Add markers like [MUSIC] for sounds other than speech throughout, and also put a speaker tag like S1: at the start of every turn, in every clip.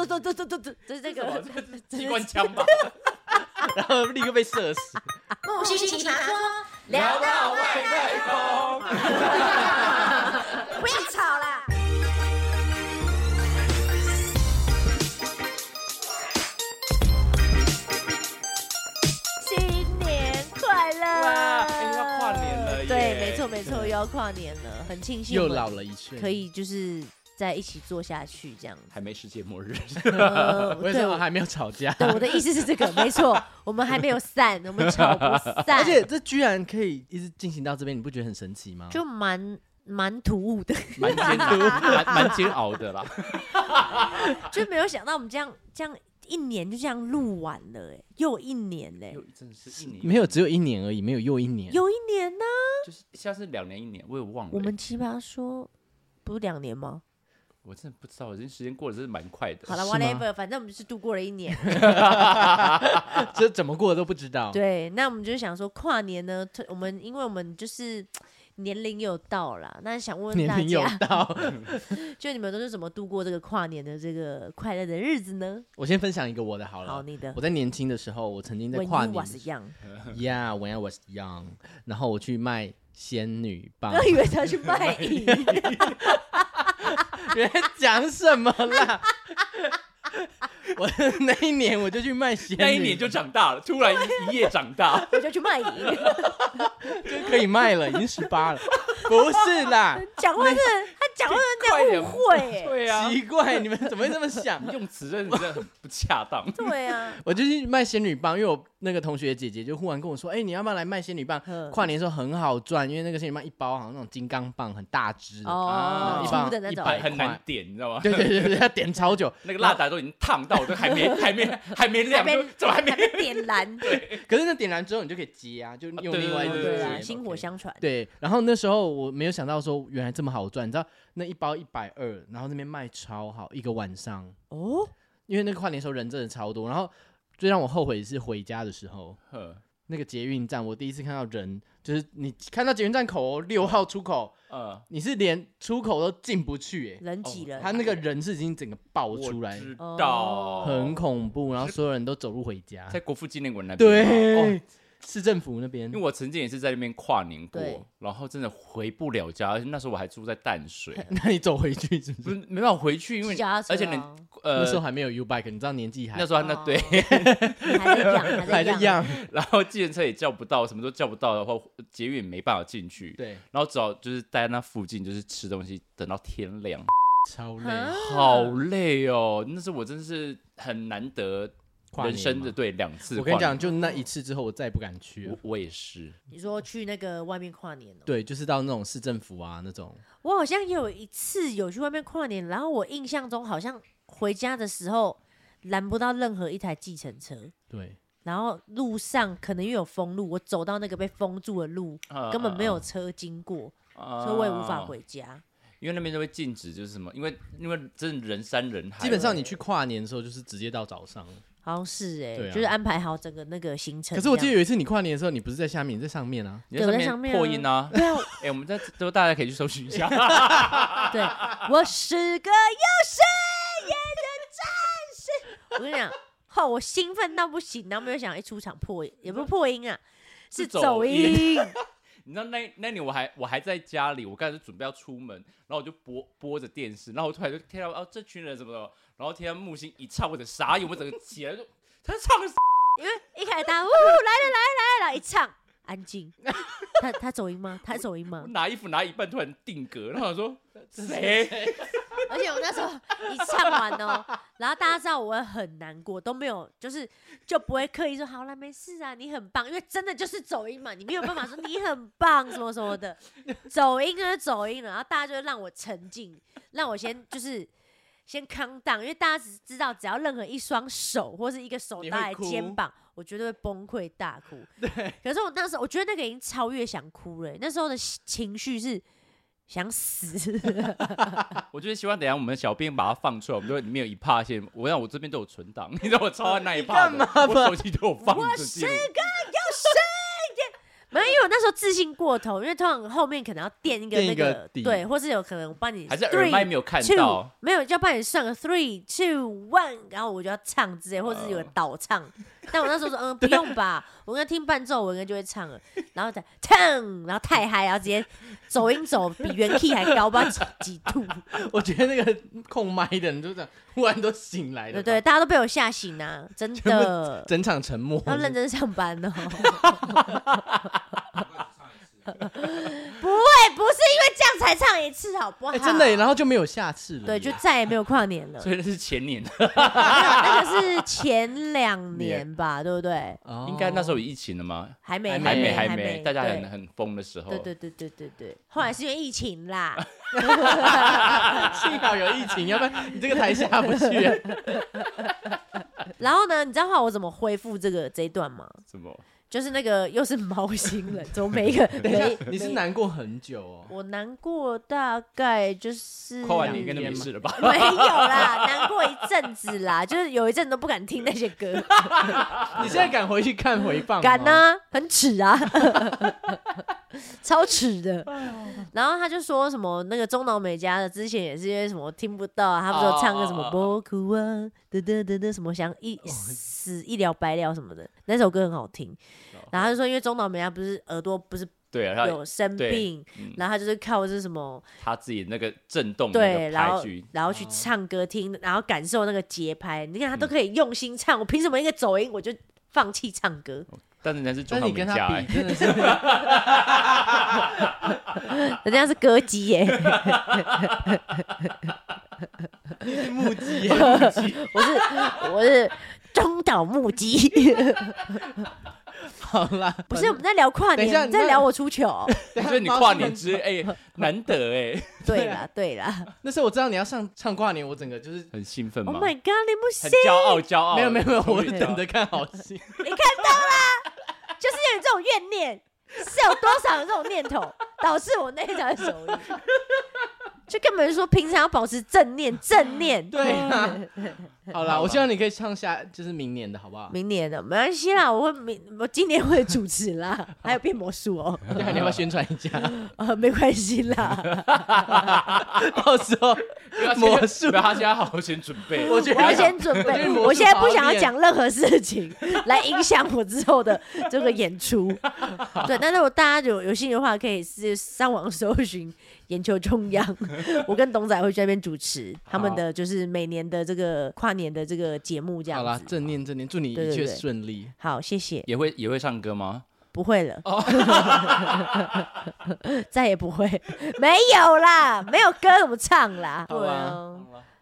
S1: 什么
S2: 这这这个
S1: 这是机关枪吧？
S3: 然后立刻被射死。
S4: 木须奇葩说，
S1: 聊
S4: 聊到
S1: 到
S4: 外
S1: 外
S4: 太
S1: 太空，
S4: 不要吵啦！
S2: 新年快乐！
S1: 哇哎要跨年了耶
S2: 对，没错没错，又要跨年了，很庆幸
S3: 又
S2: 我们
S3: 老了一岁，
S2: 可。以就是在一起做下去这样子。
S1: 还没世界末日，
S2: 呃
S3: 为
S2: 对
S3: 什么
S2: 我
S3: 还没有吵架？
S2: 对我的意思是这个，没错，我们还没有散，我们吵不散，
S3: [LAUGHS] 而且这居然可以一直进行到这边，你不觉得很神奇吗？
S2: 就蛮蛮突兀的，
S1: 蛮
S2: [LAUGHS]
S1: 煎熬，蛮蛮煎熬的啦。
S2: 就没有想到我们这样这样一年就这样录完了，哎，又一年嘞，
S1: 真的是一
S3: 没，有，只有一年而已，没有又一年。
S2: 有一年呢。
S1: 就是像是两年一年，我也忘了。
S2: 我们奇葩说不是两年吗？
S1: 我真的不知道，这时间过得真是蛮快的。
S2: 好了
S3: 是吗
S2: ，whatever，反正我们就是度过了一年。
S3: [LAUGHS] 这怎么过都不知道。
S2: 对，那我们就想说跨年呢，特我们因为我们就是年龄有到啦，那想问
S3: 年
S2: 大
S3: 龄有
S2: 家， [LAUGHS]
S3: 到，
S2: 就你们都是怎么度过这个跨年的这个快乐的日子呢？
S3: [LAUGHS] 我先分享一个我的好了。
S2: 好，你的
S3: 呃我在年轻的时候，我曾经在
S2: When
S3: 跨
S2: you
S3: 年
S2: was young，
S3: ，Yeah，when I was young，然后我去卖仙女棒
S2: 我，以为他去卖淫，
S3: [LAUGHS] 别讲什么
S2: [LAUGHS]
S3: 啦。我那一年我就去卖仙女，
S1: 那一年就长大了，突然一一夜长大。
S2: 我就去卖淫。
S3: 可以卖了，已经十八了。不是啦，
S2: 讲话是，他讲话是
S1: 快
S2: 那
S1: 点
S2: 样误会、欸，
S1: 对啊，
S3: 奇怪，你们怎么会这
S1: [LAUGHS]
S3: 么想？
S1: 用词真的是很不恰当。
S2: 对
S3: [LAUGHS]
S2: 啊，
S3: 我就去卖仙女棒，因为我那个同学姐姐就忽然跟我说：“哎、你要不要来卖仙女棒？
S2: 嗯
S3: 跨年的时候很好赚，因为那个仙女棒一包好像那种金刚棒，很大只的。
S2: 哦
S1: 啊，
S3: 一
S2: 粗
S3: 般
S2: 的那
S3: 一
S2: 种，
S3: 百
S1: 很难点，你知道吗？
S3: [LAUGHS] 对对对对，要点
S1: [LAUGHS]
S3: 超久。
S1: 那个蜡烛都已经烫到，都还 [LAUGHS] 没还没还没亮，
S2: 还没
S1: 就怎么还没
S2: 还？没点燃，对
S3: 可是那点燃之后，你就可以接啊，就用另外一
S1: 对
S3: 只
S1: 对
S3: 接
S2: 啊，
S3: 嘛
S2: 薪火相传，
S3: 对，然后那时候我没有想到说原来这么好赚，你知道那一包一百二，然后那边卖超好，一个晚上，
S2: 哦，
S3: 因为那个跨年的时候人真的超多。然后最让我后悔的是回家的时候，
S1: 呵
S3: 那个捷运站，我第一次看到人，就是你看到捷运站口哦六、6号出口，
S1: 呃，
S3: 你是连出口都进不去、欸，
S2: 人挤人，啊
S3: 他那个人是已经整个爆出来
S1: 我，知
S2: 哦
S1: 道，
S3: 很恐怖，然后所有人都走路回家，
S1: 在国父纪念馆那边。哦
S3: 对，市政府那边
S1: 因为，我曾经也是在那边跨年过
S2: 对，
S1: 然后真的回不了家，而且那时候我还住在淡 [LAUGHS] 水，
S3: [LAUGHS] 那你走回去是不
S1: 不
S3: 是？
S1: 是没办法回去，因为
S2: 骑脚踏车
S1: 而
S2: 啊
S1: 且你
S3: 那
S1: 呃
S3: 时候还没有 U bike，你知道年纪还
S1: 那时候还那
S2: 哦
S1: 对， [LAUGHS]
S2: [LAUGHS] 还在养，
S3: 还
S2: 在
S3: 在
S2: 养，
S3: 样，
S1: 然后计程车也叫不到，什么都叫不到的话，捷运也没办法进去，
S2: [LAUGHS]
S3: 对，
S1: 然后只好就是待在那附近，就是吃东西，等到天亮。
S3: 超累。
S2: 啊
S1: 好累哦！那是我真是很难得
S3: 跨年
S1: 人生的
S3: 嘛
S1: 对两次。
S3: 我跟你讲，，就
S2: 嗯
S3: 那一次之后，我再也不敢去了
S1: 我。我也是，
S2: 你说去那个外面跨年哦、
S3: 对，就是到那种市政府啊那种，
S2: 我好像也有一次有去外面跨年，然后我印象中好像回家的时候拦不到任何一台计程车，
S3: 对，
S2: 然后路上可能又有封路，我走到那个被封住的路，
S1: 啊
S2: 根本没有车经过，
S1: 所
S3: 啊
S2: 所以我也无法，回家。
S1: 啊因为那边都会禁止，就是什么，因为因为真的人山人海，
S3: 基本上你去跨年的时候就是直接到早上了。
S2: 好像是哎、
S3: 对啊
S2: 就是安排好整个那个行程这样。
S3: 可是我记得有一次你跨年的时候，你不是在下面，你在上面
S2: [LAUGHS]
S3: 啊。
S1: 你
S2: 对我在
S1: 上
S2: 上面啊
S1: 破音啊。
S2: 对啊，
S1: 哎，我们在都大家可以去搜寻一
S3: [LAUGHS]
S1: 下。
S2: 对，我是个有誓言的战士。我跟你讲，吼，我兴奋到不行，然后没有想到一出场破音，也不是破音啊，
S1: 是
S2: 是
S1: 走
S2: 走音。
S1: 你知道那那年我还我还在家里，我刚才就准备要出门，然后我就播播着电视，然后我突然就听到哦这群人怎么怎么，然后听到木星一唱，我整个傻眼，我整个起来就他唱的
S2: 因为一开始大家呜来了来了来了，一唱安静。他他走音吗？他走音吗
S1: 我？拿衣服拿一半，突然定格，然后我
S3: [LAUGHS]
S1: 说谁？
S2: 而且我那时候一唱完哦，然后大家知道我很难过，都没有就是就不会刻意说好了没事啊，你很棒，因为真的就是走音嘛，你没有办法说你很棒什么什么的，走音就是走音了，啊然后大家就会让我沉浸，让我先就是。先康荡，因为大家只知道，只要任何一双手或是一个手
S3: 你会
S2: 搭在
S3: 哭
S2: 肩膀，我绝对会崩溃大
S3: [LAUGHS]
S2: 哭。对，可是我那时候，我觉得那个已经超越想哭了、欸那时候的情绪是想死。
S1: 我就是希望等一下我们小编把它放出来，我们就里面有一趴先，我让我这边都有存档， [LAUGHS] 你知道我超爱那一趴
S3: 你干
S1: 的
S3: 嘛，吧
S1: 我手机都有放
S2: 我
S1: 着
S2: 是
S1: 记
S2: 个
S1: 录
S2: 有声音， [LAUGHS] 没有，因为我那时候自信过头，因为通常后面可能要垫一个
S3: 垫一
S2: 那
S3: 个
S2: 个
S3: 底
S2: 对，或是有可能我帮你
S1: 还是耳麦
S2: three
S1: 没有看
S2: two
S1: 到？
S2: 没有，就要帮你上个 three two one，然后我就要唱之类，或者是有人倒唱。但我那时候说，嗯，不用吧，我应该听伴奏，我应该就会唱了。然后再唱， [LAUGHS] 然后太嗨，然后直接走音走比原 key 还高，不知道几几度。
S3: 我觉得那个控麦的人就这样，忽然都醒来了
S2: 对
S3: 吧，
S2: 对，大家都被我吓醒啊，真
S3: 全部
S2: 的。
S3: 整场沉默。
S2: 要认真上班哦。不会，不是因为这样才唱一次，好不好？
S3: 哎，真的耶，然后就没有下次了。
S2: 对，就再也没有跨
S1: [LAUGHS]
S2: 年了。
S1: 所以那是前年，
S2: 那个是前两年吧，对不对？
S3: 哦
S1: 应该那时候有疫情了吗？
S2: 还没，
S3: 还
S1: 还没，
S2: 没，
S1: 还
S2: 还
S1: 没，大家
S2: 对
S1: 很很疯的时候。
S2: 对对对对对对，后来是因为疫情啦，
S3: 幸好有疫情，要不然你这个台下
S2: [LAUGHS]
S3: 不去啊。
S2: 然后呢，你知道后来我怎么恢复这个这一段吗？
S1: 什么？
S2: 就是那个又是毛星人，怎么每一个
S3: 等一
S2: 每
S3: 下，你是难过很久哦。
S2: 我难过大概就是
S1: 跨完年应该就
S3: 两
S1: 没
S3: 年
S1: 事了吧？ [LAUGHS]
S2: [LAUGHS] 没有啦，难过一阵子啦，就是有一阵都不敢听那
S1: [LAUGHS]
S2: 些歌，
S3: 你现在敢回去看回放吗？
S2: 啊敢呢、
S1: 嗯
S2: 很耻啊， [LAUGHS] 超耻的。然后他就说什么那个中岛美嘉的之前也是因为什么听不到啊，他不是有唱个什
S1: 哦哦
S2: 么
S1: 哦
S2: 波哭啊，得得得得什么想一死一了百了什么
S1: 哦
S2: 的，那首歌很好听。然后他就说因为中岛美嘉不是耳朵不是
S1: 对啊，然后
S2: 有生
S1: 对
S2: 病
S1: 嗯，
S2: 然后他就是靠是什么。
S1: 他自己那个震动的那
S2: 对，
S1: 个
S2: 然后
S1: 牌局，
S2: 然后去唱歌听，然后感受那个节拍。你看他都可以用心唱，我凭什么一个走音我就放弃唱歌？
S1: 但是人家是中
S3: 但
S1: 岛
S3: 你
S1: 美
S3: 跟
S1: 嘉
S3: 他比
S1: 欸，
S3: 真的
S2: [LAUGHS]
S3: 是，
S2: 人家是歌姬耶，
S3: 是目
S2: [LAUGHS]
S3: 击耶。
S2: 我是我是中岛木鸡。
S3: 好啦，
S2: 不是我们在聊跨
S3: 等
S2: 年，
S3: 一下
S2: 你在聊我出糗。
S1: 所以你跨年之哎难得哎，
S2: 对啦对啦
S3: [LAUGHS] 那时候我知道你要上唱跨年，我整个就是
S1: 很兴奋
S2: ，Oh
S1: 吗？
S2: my god，你不
S1: 很，
S2: 行
S1: 骄傲，骄傲。
S3: 没有没有没有，
S1: 哦终
S3: 我
S1: 于
S3: 是
S1: 骄傲
S3: 等着看好
S2: [LAUGHS]
S3: 戏。
S2: 你看到啦， [LAUGHS] 就是有你这种怨念，是有多少有这种念头，导致我那一条手艺。就根本说平常要保持正念，正念。
S3: 对
S2: [LAUGHS]
S3: 啊，好啦，
S1: 好
S3: 我
S1: 啦
S3: 希望你可以唱下，就是明年的好不好？
S2: 明年的没关系啦，我会明我今年会主持
S3: [LAUGHS]
S2: 啦，还有变魔术哦，
S3: 对 [LAUGHS] 啊，你要不要宣传一下？
S2: 呃没关系
S3: [LAUGHS]
S2: 啦，
S3: 到时候
S1: 没有
S3: 魔
S1: 他现在没有他现在好好先准备。
S3: 我觉
S2: 我要
S3: 得
S2: 先准
S3: 啊我觉得
S2: 备，
S3: 魔术
S2: 我现在不
S3: 好
S2: 想要
S3: 练
S2: 讲任何事情 [LAUGHS] 来影响我之后的这个演出，对，但是我大家有有兴趣的话，可以是上网搜寻眼球中央， [LAUGHS] 我跟董仔会去那边主持他们的就是每年的这个跨年的这个节目这
S3: 好啦
S2: 样，子。
S3: 正念正念，祝你
S2: 对
S3: 一
S2: 对
S3: 切
S2: 对
S3: 顺利。
S2: 好，谢谢，
S1: 也会也会唱歌吗？
S2: 不会了，
S3: 哦
S2: [LAUGHS] 再也不会，没有啦，没有歌怎么唱啦？
S3: [LAUGHS] 好吧
S2: 对啊。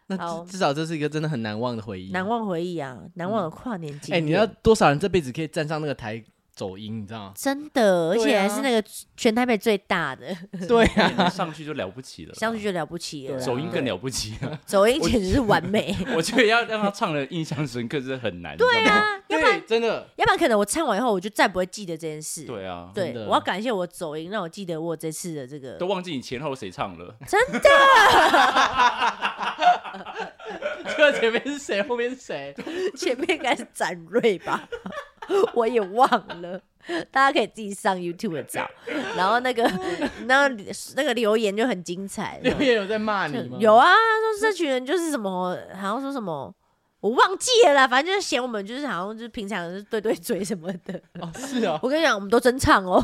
S3: 那
S2: 好
S3: 至至少这是一个真的很难忘的回忆。
S2: 难忘回忆啊，难忘的跨年经
S3: 哎，
S2: 验。？
S3: 你知道多少人这辈子可以站上那个台走音，你知道吗
S2: 真的，而
S3: 对
S2: 且
S3: 啊
S2: 还是那个全台北最大的，
S3: 对啊，
S1: 能上去就了不起了，
S2: 上去就了不起了
S3: 对啊，
S1: 走音更了不起。
S2: 走音简直是完美。
S1: [LAUGHS] 我觉得要让他唱的印象深刻是很难。对
S2: 对，啊，要不然
S3: 对，真的
S2: 要不然可能我唱完以后我就再不会记得这件事。
S1: 对啊，
S2: 对
S3: 真的
S2: 我要感谢我走音，让我记得我有这次的这个
S1: 都忘记你前后谁唱
S2: [LAUGHS]
S1: 了。
S2: 真的
S3: 这前面是谁，后面是谁？
S2: 前面应该是展瑞吧， [LAUGHS] 我也忘了。大家可以自己上 YouTube 找，然后那
S3: [LAUGHS]
S2: 个，然后那个留言就很精彩。
S3: 留言有在骂你吗？
S2: 有啊，他说这群人就是什么，好像说什么，我忘记了啦，反正就是嫌我们就是好像就是平常就是对对嘴什么的。 [LAUGHS]
S3: 哦，是哦，
S2: 我跟你讲，我们都真唱哦，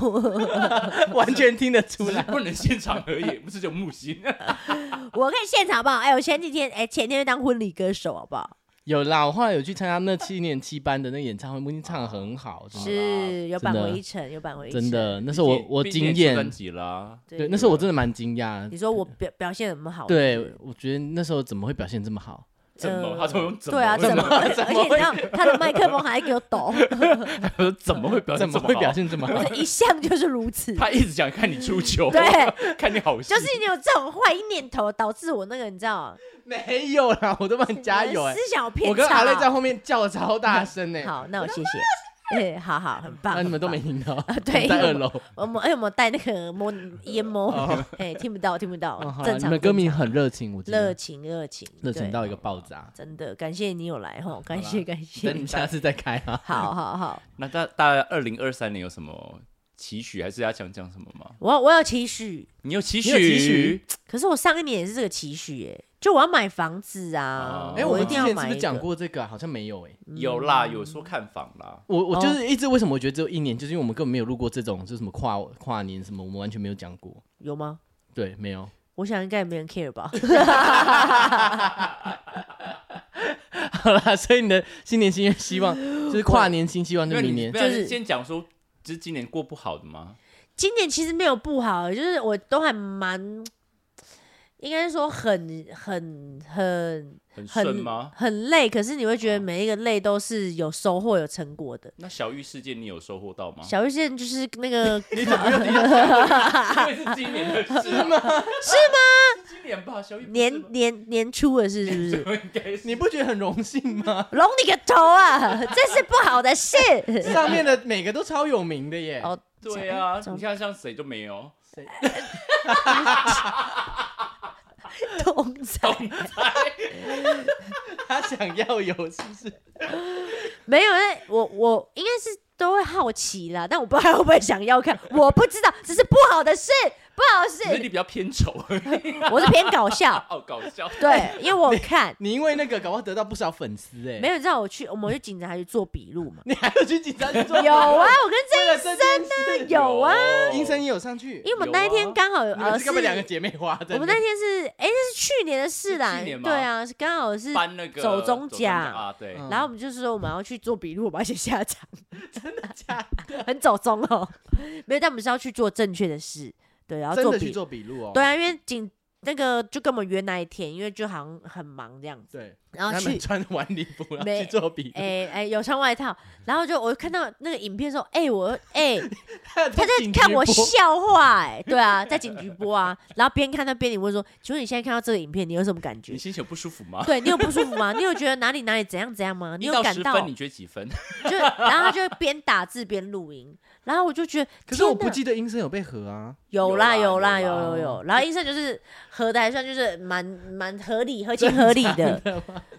S2: [LAUGHS]
S3: 完全听得
S1: 不
S3: 出
S1: 是
S3: 来。
S1: 不能现场而已，不 [LAUGHS] 是就木星。
S2: 我可以现场好不好？哎、我前几天哎、前天当婚礼歌手好不好？
S3: 有啦，我后来有去参加那七年七班的那个演唱会，木星唱的很好，真的
S2: 是有
S3: 真
S2: 扳
S3: 的
S2: 回一城，有扳回一城。
S3: 真，的。那时候我我
S1: 毕竟也
S3: 惊
S1: 出专
S3: 艳，
S1: 辑啦，
S2: 对
S3: 对，那时候我真的蛮惊讶
S2: 你
S3: 的。
S2: 说我表表现得很好，
S3: 对，我觉得那时候怎么会表现这么好？
S1: 怎么
S2: 呃
S1: 他说用怎么
S2: 对啊，
S1: 怎
S2: 怎么？
S3: [LAUGHS]
S2: 而且而且你知道他的麦克风还给我抖，
S1: [LAUGHS] 他说怎么会表
S3: 怎
S1: 现
S3: 么
S1: 这
S3: 会
S1: 好
S3: 表？现这么好？
S2: 一向就是如此。
S1: 他一直想看你出糗，
S2: [LAUGHS] 对，
S1: 看你好戏，
S2: 就是你有这种坏念头，导致我那个你知道，
S3: 没有啦，我都帮你 [LAUGHS] 加油
S2: 我
S3: 哎
S2: 的思！想有偏差。啊
S3: 我跟阿累在后面叫超大声呢，
S2: 好，那我谢谢。哎、好好，很棒。
S3: 啊那你们
S2: 很
S3: 都
S2: 棒
S3: 没听到，
S2: 对
S3: 在二楼。
S2: 我们哎、我们带那个摸烟摸，哎、听不到，听不到，
S3: 哦好啦
S2: 正
S3: 你
S2: 常。
S3: 们歌迷
S2: 正常
S3: 很热情，我觉
S2: 热
S3: 得
S2: 情，热情，
S3: 热情
S2: 对
S3: 到一个爆炸。
S2: 真的，感谢你有来吼，感谢感谢 [LAUGHS]
S3: 等你。们下次再开啊！
S2: 好好好，
S1: 那大大概二零二三年有什么期许，还是要想讲什么吗？
S2: 我我有期许，
S1: 你有期
S3: 你有期许
S1: 许？
S2: 可是我上一年也是这个期许耶，就我要买房子
S1: 哦，
S2: 啊
S3: 哎，
S1: 我
S3: 我
S2: 一
S3: 们之
S2: 定要
S3: 前是
S2: 买
S3: 不
S2: 一
S3: 是讲
S2: 个？
S3: 过这个啊？好像没有哎。
S1: 有啦，有说看房啦。
S3: 我我
S2: 哦
S3: 就是一直为什么我觉得只有一年，就是因为我们根本没有录过这种，就是什么跨跨年什么，我们完全没有讲过。
S2: 有吗？
S3: 对，没有。 [LAUGHS]
S2: 我想应该也没人 care 吧。 [LAUGHS]
S3: 好啦，所以你的新年新愿
S2: [LAUGHS]
S3: 希望就是跨年新希望，
S1: 因
S3: 就
S1: 为
S3: 明
S1: 你
S3: 年
S1: 不
S2: 就
S1: 要
S2: 是
S1: 先讲说，就是今年过不好的吗？
S2: 今年其实没有不好，就是我都还蛮，应该说很很很
S1: 很顺
S2: 很
S1: 吗？
S2: 很累，可是你会觉得
S1: 哦
S2: 每一个累都是有收获、有成果的。
S1: 那小玉事件你有收获到吗？
S2: 小玉现在就是那个
S1: 哦 [LAUGHS] 你怎么又提到？因为是今年的事吗？是吗？ [LAUGHS] 今年吧，小玉不是吗 [LAUGHS]
S2: [LAUGHS] 年年年初的事，是不是？
S1: 应该是
S3: 你不觉得很荣幸吗？
S2: 龙你个头啊！这是不好
S1: [LAUGHS]
S2: 的事。
S3: [LAUGHS] 上面的每个都超有名的耶。
S2: 哦
S1: 对啊，
S2: 怎么
S1: 你看像谁都没有，
S2: 懂
S1: 总
S2: 在
S1: 裁
S3: 他想要有是不是？
S2: 没有，因为我我应该是都会好奇啦，但我不知道会不会想要看， [LAUGHS] 我不知道，只是不好的事，不好的
S1: 只是
S2: 事。
S1: 你比较偏丑 [LAUGHS] 而已，
S2: 我是偏搞笑，
S1: 好搞笑。 [LAUGHS]
S2: 对，因为我有
S3: [LAUGHS]
S2: 看。
S3: 你因为那个搞不好得到不少粉丝哎。？
S2: 没，有，你知道我去，我们去警察局做笔录嘛
S3: 你还要去警察局做
S2: 有啊，我跟这，
S3: 为了这件事
S2: 有啊，
S3: 医生也有上去
S2: 因。为我们那一天刚好有
S3: 啊你们
S2: 呃是，
S3: 是根本两个姐妹花在
S2: 我们
S3: 那边
S2: 那天是哎，那是去年的事啦，
S1: 是去年吗
S2: 对啊，是刚好是，
S1: 搬那个
S2: 走中
S1: 奖
S2: 奖
S1: 啊，对，
S3: 嗯
S2: 然后我们就说我们要去做笔录，我们要先下场，
S3: 假
S2: [LAUGHS] 很走中哦，没有，但我们是要去做正确的事，对，然后
S3: 真
S2: 做
S3: 的去
S2: 笔，
S3: 做笔录哦。
S2: 对啊，因为警那个就跟我们约那一天，因为就好像很忙这样子，
S3: 对，
S2: 然后
S3: 他
S2: 去
S3: 们嗯穿晚礼服然后
S2: 没
S3: 去做笔录。
S2: 哎哎有穿外套，然后就我看到那个影片说，哎我哎。
S3: [LAUGHS] 他
S2: 他在
S3: 警局
S2: 看我
S3: 播
S2: 笑话、哎，对啊，在警局播啊，然后边看他边你问说，请问你现在看到这个影片，你有什么感觉
S1: 你？心情有不舒服吗？
S2: 对你有不舒服吗？你有觉得哪里哪里怎样怎样吗？你
S1: 一
S2: 有
S1: 到
S2: 感
S1: 十
S2: 到？
S1: 分，你觉得几
S2: [LAUGHS]
S1: 分？
S2: 就然后他就边打字边录音，然后我就觉得，
S3: [LAUGHS] 可是我
S2: 天啊
S3: 不
S2: 哪
S3: 记得医生有被
S2: [LAUGHS]
S3: 合啊。
S2: 有啦有
S1: 有
S2: 啦
S1: 啦
S2: 有
S1: 有
S2: 有
S1: 啦
S2: 有，然后医生就是合的还算就是蛮蛮合理合情合理的，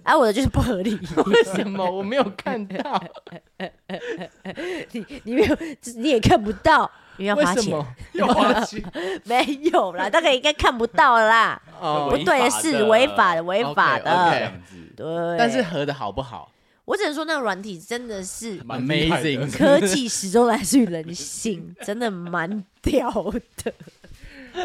S2: 而、我的就是不合理，
S3: 为什么我没有看到？
S2: 你你没有你也看不到，因为 [LAUGHS] 要
S3: 为
S2: 花
S3: 什
S2: 钱，
S3: 么要花钱？
S2: [LAUGHS] 没有啦，大概应该看不到了啦，
S3: 哦
S2: 不对的事，违法的违法的。
S1: 这
S3: OK，OK
S1: 样子，
S2: 对，
S3: 但是合的好不好
S2: 我只能说那个软体真的
S3: [LAUGHS]
S2: 是
S1: 蛮厉害的
S3: Amazing
S2: 科技始终来自于人性，真的蛮屌的，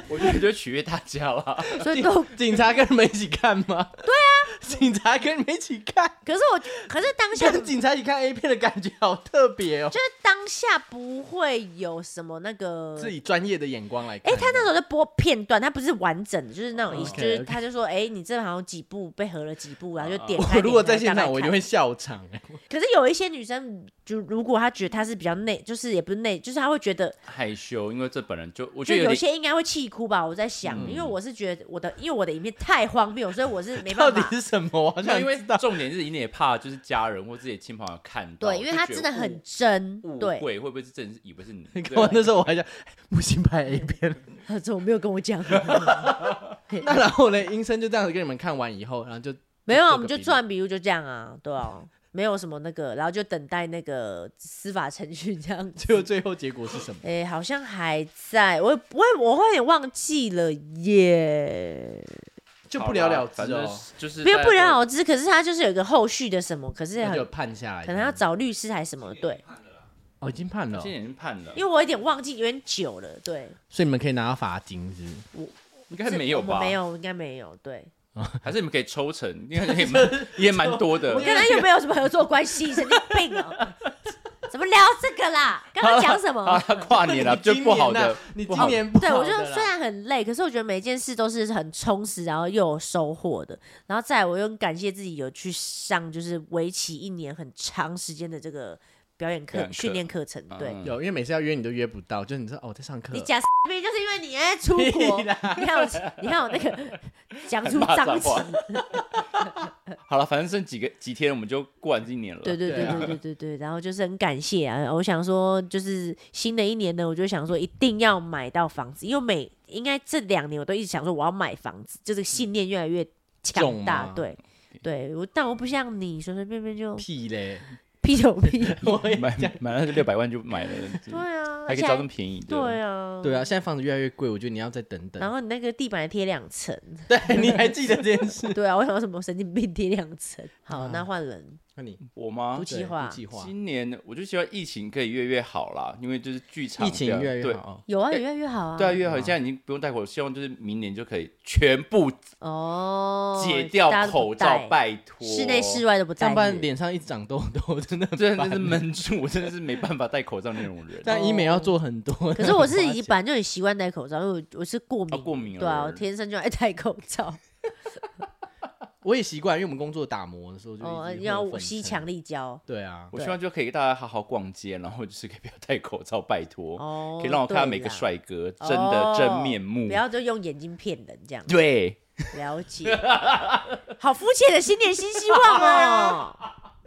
S1: 我觉得就取悦大家啦。
S2: 所以都。
S3: [LAUGHS] 警察跟你们一起看吗？对啊， [LAUGHS] 警察跟你们一起看，
S2: 可是我，可是当
S3: [LAUGHS]
S2: 下
S3: 跟警察一起看 A 片的感觉好特别 [LAUGHS] 哦。
S2: 就是当下不会有什么那个，
S3: 是以专业的眼光来
S2: 哎、
S3: 看的，
S2: 他那时候在播片段，他不是完整的，就是那种意思，
S3: OK，
S2: 就是
S3: OK
S2: 他就说，哎、你这好像几部被合了几部然后就点开。
S3: 啊我如果
S2: 点
S3: 在
S2: 开
S3: 现
S2: 大概
S3: 场，我一定
S2: 看
S3: 会笑场。哎
S2: 可是有一些女生，就如果她觉得她是比较内，就是也不是内，就是她会觉得，
S1: 害羞，因为这本人就我
S2: 就
S1: 觉得
S2: 有
S1: 点
S2: 些应该会气哭吧。我在想，
S3: 嗯
S2: 因为我是觉得我的，因为我的影片太荒谬，所以我是没
S3: [LAUGHS] 到
S2: 办
S3: 底
S2: 法。
S3: 是什么？我好
S1: 那
S3: 想
S1: 因为
S3: 知道。
S1: 重点是你也怕就是家人或自己的亲朋好友看到，
S3: 哦
S2: 对，因为她真的
S1: 哦
S2: 很真
S1: 就觉，得误误
S2: 对，
S1: 会，会不会是真的是以为
S3: [LAUGHS]
S1: 是你？
S3: 我那时候我还想，哎木星拍 A 片，
S2: 她呃怎么没有跟我
S3: [LAUGHS]
S2: 讲？
S3: 那然后呢？医生就这样子跟你们看完以后，
S2: [LAUGHS]
S3: 然后就
S2: 没有啊，
S3: 做
S2: 我们就
S3: 个笔录
S2: 做完笔录就这样啊，对啊，没有什么那个，然后就等待那个司法程序这样子。
S3: 结果最后结果是什么？
S2: 哎、好像还在，我也我也我会有点忘记了耶，
S3: 就不了了之
S1: 反正
S3: 哦，
S1: 就是
S2: 没有
S1: 大家
S2: 不了
S1: 都
S2: 了之。可是他就是有一个后续的什么，可是
S3: 那就
S2: 很
S3: 判下来。
S2: 可能要找律师还是什么，对，
S3: 哦，已经判了哦，
S1: 现在已经判了，
S2: 因为我有点忘记，有点久了，对，
S3: 所以你们可以拿到罚金是不是？
S1: 应该
S2: 是
S1: 没有
S2: 我们
S1: 吧？
S2: 没，有，应该没有，对。
S1: 还是你们可以抽
S2: [LAUGHS]
S1: 成，因为也蛮也蛮多的
S3: 我。
S2: 跟他又没有什么合作关系，神经病哦、怎么聊这个啦？刚刚讲什
S1: 啊
S2: 么？，
S1: 跨年
S3: [LAUGHS]
S1: 了就不好的，
S3: 你
S1: 不
S3: 今
S1: 好的
S3: 年不
S2: 对，
S3: 好
S2: 我
S3: 的
S2: 就
S3: 啦
S2: 虽然很累，可是我觉得每一件事都是很充实，然后又有收获的。然后再来我又很感谢自己有去上就是为期一年很长时间的这个表演
S1: 表
S2: 课
S1: 演课
S2: 训练课程。对，
S1: 嗯
S3: 有，因为每次要约你都约不到，就是你说哦我在上课
S2: 你，讲明明就是因为你在出国，
S3: 屁啦
S2: 你看我，你看我那个讲出
S1: 骂
S2: 脏
S1: 脏
S2: 词
S1: 话，好了，反正剩几个几天我们就过完今年了。
S2: 对对对
S3: 对啊
S2: 对对对对，然后就是很感谢啊！我想说，就是新的一年呢，我就想说一定要买到房子，因为每应该这两年我都一直想说我要买房子，
S1: 嗯
S2: 就这个信念越来越
S3: 重
S2: 强大
S3: 吗。
S2: 对对，我但我不像你随随便便就 [LAUGHS]
S3: 屁嘞，
S2: 屁有
S1: [LAUGHS]
S2: 屁。
S3: 我也
S1: 买买了六百万就买了，
S2: [LAUGHS] 对啊，
S1: 还可以找
S2: 而且
S1: 这么便宜的。
S2: 对啊，
S3: 对啊，现在房子越来越贵，我觉得你要再等
S2: 然
S3: 等。
S2: 后你那个地板还贴两层，
S3: [LAUGHS] 对，你还记得这件事？ [LAUGHS]
S2: 对啊，我想要什么神经病贴两层。好，
S3: 啊
S2: 那换人，
S3: 那你
S1: 我吗
S2: 不？计划
S3: 对不计划，
S1: 今年我就希望疫情可以越来越好啦，因为就是剧场
S3: 疫情
S1: 不要
S3: 越来越
S1: 对
S3: 好。哦
S2: 有啊，
S1: 哎
S2: 有越来越好啊。
S1: 对啊，越好，
S3: 好
S1: 现在已经不用戴口罩，希望就是明年就可以全部
S2: 哦，
S1: 解掉
S2: 大家都不
S1: 口罩，
S2: 戴
S1: 拜托。
S2: 室内室外都不戴。
S3: 上半脸上一直长痘痘， [LAUGHS] 真的
S1: [LAUGHS]
S3: 很
S1: 真
S3: 烦
S1: 的是闷
S2: [LAUGHS]
S1: 住，我真的是没办法戴口罩那种人。
S2: 啊
S3: 但医美要做很多。
S1: [LAUGHS]
S2: 哦可是我是已经本来就很习惯戴口罩，因为我我是过
S1: 啊，
S2: 敏，
S1: 过敏了。
S2: 对啊，我天生就爱戴口罩。
S1: [LAUGHS]
S3: 我也习惯，因为我们工作打磨的时候就
S2: 哦，
S3: 一定会有
S2: 要
S3: 粉
S2: 吸
S3: 尘
S2: 强。力胶。
S3: 对啊，
S1: 我希望就可以大家好好逛街，然后就是可以不要戴口罩，拜托，
S2: 哦，
S1: 可以让我看到每
S2: 对
S1: 个
S2: 啦，哦
S1: 帅哥真的真面目
S2: 不。要就用眼睛骗人这样。
S1: 对，
S2: [LAUGHS] 了解，
S1: [LAUGHS]
S2: 好肤浅的新年新希
S1: [LAUGHS]
S2: 望哦。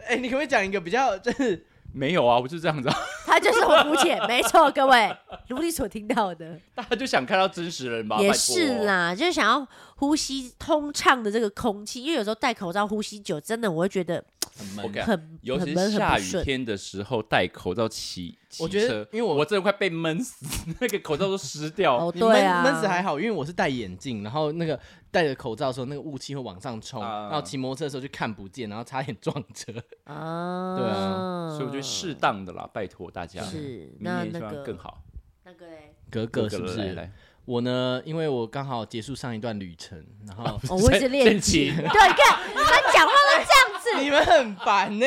S3: 哎，你可不可以讲一个比较就是
S1: 没有啊，我就这样子啊， [LAUGHS]
S2: 他就是我肤浅，没错，各位，如你所听到的，
S1: 大家就想看到真实人吧。
S2: 也
S1: 拜托
S2: 是，啦，就是想要呼吸通畅的这个空气，因为有时候戴口罩呼吸久，真的我会觉得
S3: 很
S1: 我
S3: 闷？
S1: 感
S2: 很
S1: 啊尤
S2: 很
S1: 其
S2: 闷
S1: 是
S2: 很
S1: 下
S2: 不
S1: 雨
S2: 顺。
S1: 天的时候戴口罩骑，骑
S3: 我觉得
S1: 车，
S3: 因为我
S1: 我真的快被闷死， [LAUGHS] 那个口罩都湿掉
S2: [LAUGHS] 哦，
S3: 你
S2: 对
S3: 闷
S2: 啊，
S3: 闷死还好，因为我是戴眼镜，然后那个戴着口罩的时候，那个雾气会往上冲，
S1: 啊
S3: 然后骑摩托车的时候就看不见，然后差点撞车。
S2: 啊，
S3: 对
S2: 啊
S1: 所以我觉得适当的啦，拜托大家。
S2: 哦是
S1: 明
S2: 那
S1: 年
S2: 那
S1: 希
S2: 个
S1: 望更好。
S2: 那个嘞，
S3: 格格是不
S1: 来
S3: 是？
S1: 来
S3: 我呢，因为我刚好结束上一段旅程，然后
S2: 哦，我一直练
S1: 练琴
S2: 琴， [LAUGHS] 对，你看他讲话都这样子， [LAUGHS]
S3: 你们很烦呢、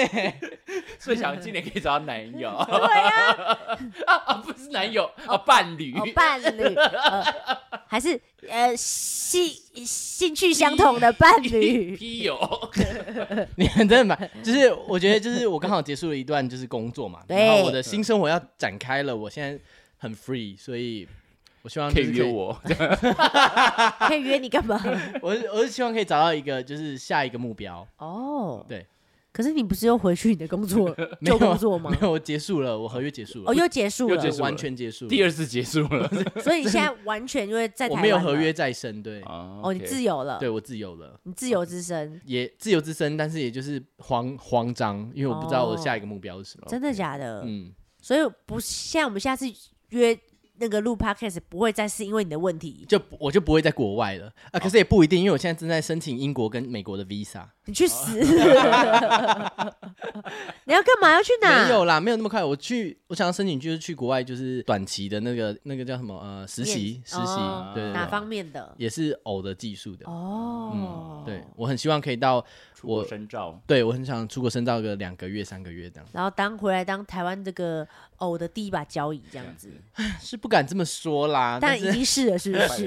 S1: 最想今年可以找到男友啊
S2: [LAUGHS] 对啊，
S1: [LAUGHS] 啊，不是男友啊，伴侣。
S2: 哦，伴侣，呃、还是呃兴兴趣相同的伴
S1: [LAUGHS]
S2: 侣，
S1: P 友，
S3: [LAUGHS] 你们真的蛮，就是我觉得就是我刚好结束了一段就是工作嘛，
S2: 对
S3: 然后我的新生活要展开了，我现在很 free，所以我希望
S1: 可
S3: 就
S1: 以
S3: 是
S1: 约，我。
S2: 可以约你干嘛？
S3: [LAUGHS] 我是我是希望可以找到一个就是下一个
S2: [LAUGHS]
S3: 目标，
S2: 哦，
S3: 对，
S2: 可是你不是又回去你的工作
S3: 没
S2: 旧
S3: 有
S2: 工作吗
S3: 没？有，我结束了，我合约结束了，
S2: 哦，又结束
S1: 又
S2: 了
S1: 结，束了
S3: 完全结束了，
S1: 第二次结束了
S2: [LAUGHS]
S1: [LAUGHS]
S2: 所以你现在完全就会在台
S3: 我
S2: 湾
S3: 没有合
S2: 了
S3: 约在身，对，
S1: 啊
S2: 哦，你自由了，
S3: 对我自由了。
S2: 你自由之身，
S3: 也自由之身，但是也就是慌慌张，因为我不知道我下一个目标是什么。
S2: 哦真的假的？
S3: 嗯，
S2: 所以不是，像我们下次约那个录 podcast 不会再是因为你的问题，
S3: 就我就不会在国外了啊。可是也不一定，因为我现在正在申请英国跟美国的 visa。
S2: 你去死！ [LAUGHS] 你要干嘛？要去哪？
S3: 没有啦，没有那么快。我去，我想要申请就是去国外，就是短期的那个那个叫什么呃实习
S2: 面
S3: 实习
S2: 哦，
S3: 对对
S2: 哪
S3: 对，
S2: 方面的？
S3: 也是偶的技术的。嗯
S2: 哦，
S3: 对，我很希望可以到
S1: 出国
S3: 我，
S1: 深造，
S2: [LAUGHS]
S3: 对我很想出国深造个两个月、三个月这样。 [LAUGHS]
S2: 然后当回来当台湾这个偶的第一把交椅这样子，
S3: 是不敢这么说啦，
S2: 但
S3: 啊但
S2: 已
S3: 是
S2: 经是了，是不
S3: [LAUGHS]
S2: 是？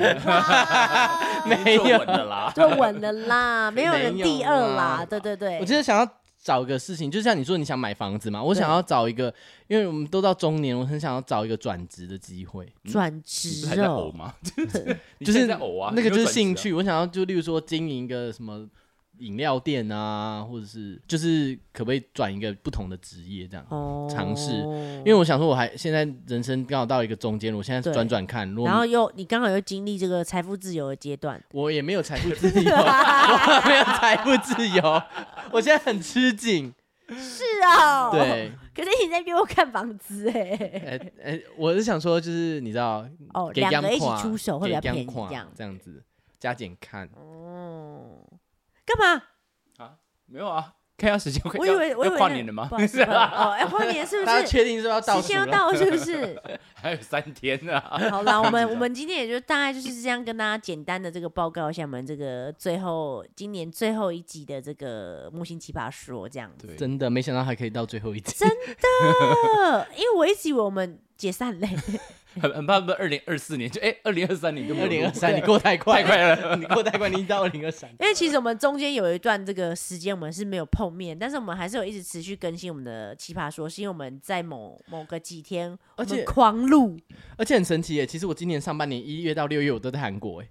S3: 没有
S1: 稳了
S2: [LAUGHS]
S1: 啦。
S2: 就稳了啦，没有人第二
S3: 没有
S2: 啦，
S3: 啦
S2: 对对对。
S3: 我真的想要找个事情，就像你说你想买房子嘛，我想要找一个，因为我们都到中年，我很想要找一个转职的机会，
S2: 转
S1: 你不是
S2: 职
S1: 还在偶
S2: 哦， [LAUGHS]
S1: 吗？你
S3: 就
S1: 现
S3: 是
S1: 在在偶啊，
S3: 那
S1: 你
S3: 个就
S1: 没有
S3: 是
S1: 转职啊
S3: 兴。趣。我想要就例如说经营一个什么饮料店啊，或者是就是可不可以转一个不同的职业这样。
S2: 哦，
S3: 尝试因为我想说，我还现在人生刚好到一个中间，我现在
S2: 对
S3: 转转看，如果
S2: 然后又你刚好又经历这个财富自由的阶段，
S3: 我也没有财富自由， [LAUGHS] 我没有财富自由，我现在很吃紧。
S2: [LAUGHS] 是哦，，
S3: 对，
S2: 可是你在约我看房子哎，
S3: 哎、哎、我是想说，就是你知道，
S2: 哦，
S3: 给
S2: 两个一
S3: 样
S2: 起
S3: 看
S2: 出手会比较
S3: 给样
S2: 便宜
S3: 看
S2: 这样。
S3: 这样子加减看，
S2: 哦，干嘛？
S1: 没有啊，看一下时间，
S2: 我以为
S1: 要
S2: 我以为
S1: 要跨
S2: 那
S1: 年了吗 [LAUGHS] 啊
S2: 不？好意思不好意
S3: [LAUGHS]
S2: 思哦，要跨年是不
S3: 大家
S2: 是？
S3: 确定是不是要倒
S2: 时
S3: 数
S2: 间要
S3: 了？
S2: 到了是不
S3: [LAUGHS]
S2: 是？
S1: 还有三天啊，
S2: 好啦，我们我们今天也就大概就是这样跟大家简单的这个报告一下，我们这个最后今年最后一集的这个木星奇葩说这样子。
S3: [LAUGHS]
S1: 对
S3: 真的没想到还可以到最后一集，
S2: 呃，因为我一直以为我们解散欸嘞，
S1: 很很怕不二零二四年就哎，二零二三年就没有
S3: [LAUGHS] 二
S1: 录
S3: 零二三，你过太快
S1: 太快
S3: 了，
S1: 了，
S2: [LAUGHS]
S3: 你过太快，你已经到二零二三。
S2: 因为其实我们中间有一段这个时间我们是没有碰面，但是我们还是有一直持续更新我们的奇葩说，是因为我们在某某个几天我
S3: 而
S2: 们
S3: 且
S2: 狂录，
S3: 而且很神奇耶，其实我今年上半年一月到六月我都在韩国哎，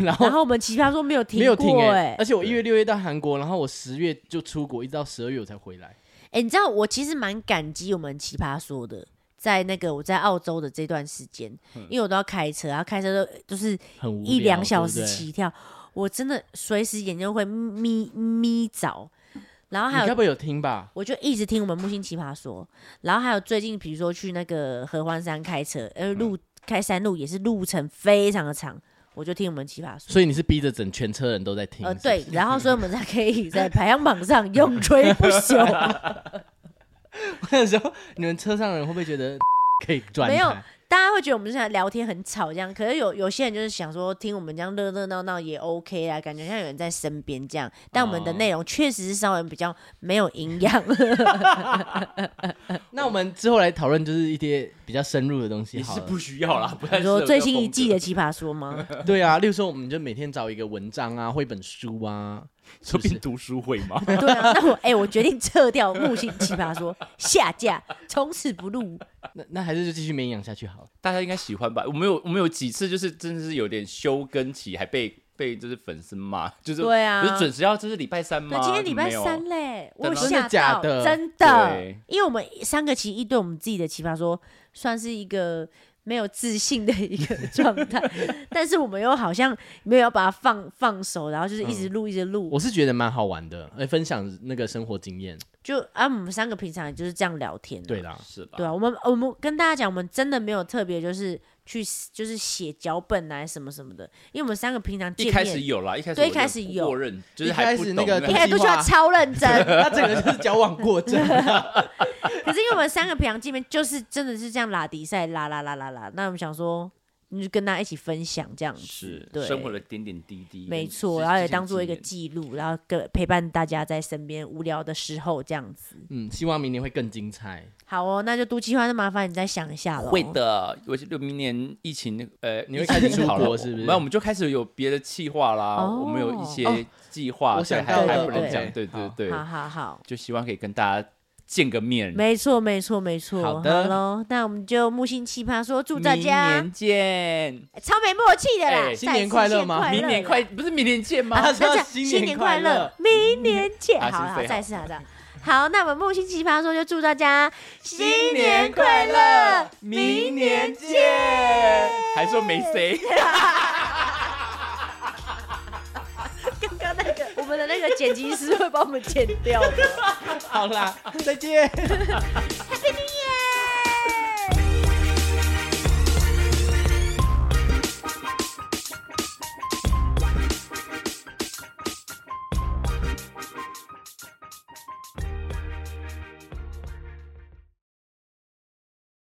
S3: 然后
S2: 然后我们奇葩说没有
S3: 没有
S2: 停
S3: 停
S2: 过
S3: 哎
S2: 哎，
S3: 而且我一月六月到韩国，然后我十月就出国，一直到十二月我才回来。
S2: 哎、你知道我其实蛮感激我们奇葩说的，在那个我在澳洲的这段时间，因为我都要开车，然后开车都就是
S3: 很嗯无聊，
S2: 一两小
S3: 对
S2: 时
S3: 不对
S2: 起跳，我真的随时眼睛会眯眯着。然后
S3: 你
S2: 还
S3: 该
S2: 有
S3: 不会有听吧？
S2: 我就一直听我们木星奇葩说，然后还有最近比如说去那个合欢山开车，
S3: 嗯
S2: 呃路、开山路也是路程非常的长，我就听我们奇葩说。
S3: 所以你是逼着整全车人都在听？
S2: 呃，
S3: 是不是
S2: 对，，然后所以我们才可以在排行榜上永垂不朽。
S3: [LAUGHS] 我那时候你们车上的人会不会觉得 [LAUGHS] 可以转台？
S2: 没有大家会觉得我们现在聊天很吵这样，可是有有些人就是想说听我们这样热热闹闹也 OK 啊，感觉像有人在身边这样。但我们的
S3: 哦
S2: 内容确实是稍微比较没有营
S3: [LAUGHS]
S2: 养。
S3: 那我们之后来讨论就是一些比较深入的东西
S1: 也
S3: 好
S1: 是
S3: 了。
S1: 不需要啦，不太
S2: 你
S1: 适合这个
S2: 说最新一
S1: 风
S2: 季
S1: 格
S2: 的《奇葩说》吗？
S3: 对啊，例如说我们就每天找一个文章啊，或一本书啊，
S1: 说
S3: 不是
S1: 变读书会吗？
S2: 对啊，那我哎、我决定撤掉木星奇葩说，下架，从此不录。
S3: 那那还是就继续绵养下去好了。
S1: [LAUGHS] 大家应该喜欢吧？我们有我们有几次就是真的是有点休更期，还被被就是粉丝骂，就是
S2: 对啊
S1: 不是准时要就是礼拜三吗？
S2: 对，今天礼拜
S1: 怎么没有
S2: 三嘞，我
S1: 对
S2: 有
S1: 吗
S2: 吓到，
S3: 真的假的
S2: 真的
S1: 对，
S2: 因为我们三个其实一对我们自己的奇葩说算是一个。没有自信的一个状态， [LAUGHS] 但是我们又好像没有要把它放放手，然后就是一直
S1: 嗯
S2: 录一直录，
S3: 我是觉得蛮好玩的，哎，分享那个生活经验。
S2: 就啊，我们三个平常也就是这样聊天、
S3: 对，啦，
S1: 是吧？
S2: 对啊，我们我们跟大家讲，我们真的没有特别就是去就是写脚本啊什么什么的，因为我们三个平常见
S1: 一
S2: 面
S1: 开始有啦，一开始
S2: 对
S1: 我
S2: 一开
S1: 就
S2: 始
S1: 不
S2: 有
S1: 默认，就是
S3: 一
S1: 还
S3: 开
S1: 不
S3: 始
S1: 懂
S3: 那个
S2: 一开始都哎需要超认真，
S1: [LAUGHS]
S3: [LAUGHS] 他整个就是矫枉过啊正。
S2: 可是因为我们三个平常见面就是真的是这样拉迪赛拉拉拉拉拉，那我们想说，你就跟大家一起分享这样子，
S1: 是
S2: 对，
S1: 生活的点点滴滴，
S2: 没
S1: 跟
S2: 错，
S1: 这
S2: 然后也
S1: 这些
S2: 当做一
S1: 纪
S2: 个
S1: 念
S2: 记录，然后跟陪伴大家在身边无聊的时候这样子。
S3: 嗯，希望明年会更精彩。
S2: 好哦，那就都计划，那麻烦你再想一下了。
S1: 会，的，我就明年疫情那个呃，
S3: 你会
S1: 疫
S3: 开始
S1: 情
S3: 出
S1: 好了
S3: 国是不是
S1: 那我们就开始有别的计划啦，
S2: 哦
S1: 我们有一
S3: 哦
S1: 些计划，
S3: 我
S1: 对
S3: 想
S1: 还
S2: 到
S1: 还
S2: 了
S1: 不能
S2: 对
S1: 讲，对
S3: 好
S1: 对对，
S2: 好好好，
S1: 就希望可以跟大家见个面，
S2: 没错没错没错。
S3: 好的
S2: 喽，那我们就木星奇葩说，祝
S1: 明
S2: 大家
S1: 年见，
S2: 哎超没默契的啦，
S1: 哎
S2: 再
S3: 新年
S2: 次
S3: 快乐
S2: 新
S3: 吗
S1: 明年
S2: 啦
S1: 快不是明年见吗？
S3: 啊
S2: 大
S3: 说
S2: 家
S3: 新
S2: 新
S3: 年
S2: 年快
S3: 快
S2: 乐
S3: 乐，
S2: 明年见！
S1: 啊
S2: 好
S1: 是
S2: 了，好
S1: 最好
S2: 再次好的。好，那我们木星奇葩说就祝大家新年快乐，
S1: 明年见，还说没谁。
S2: [LAUGHS] 刚刚那个我们的那个剪辑师会帮我们剪掉的。
S3: 好啦，再见。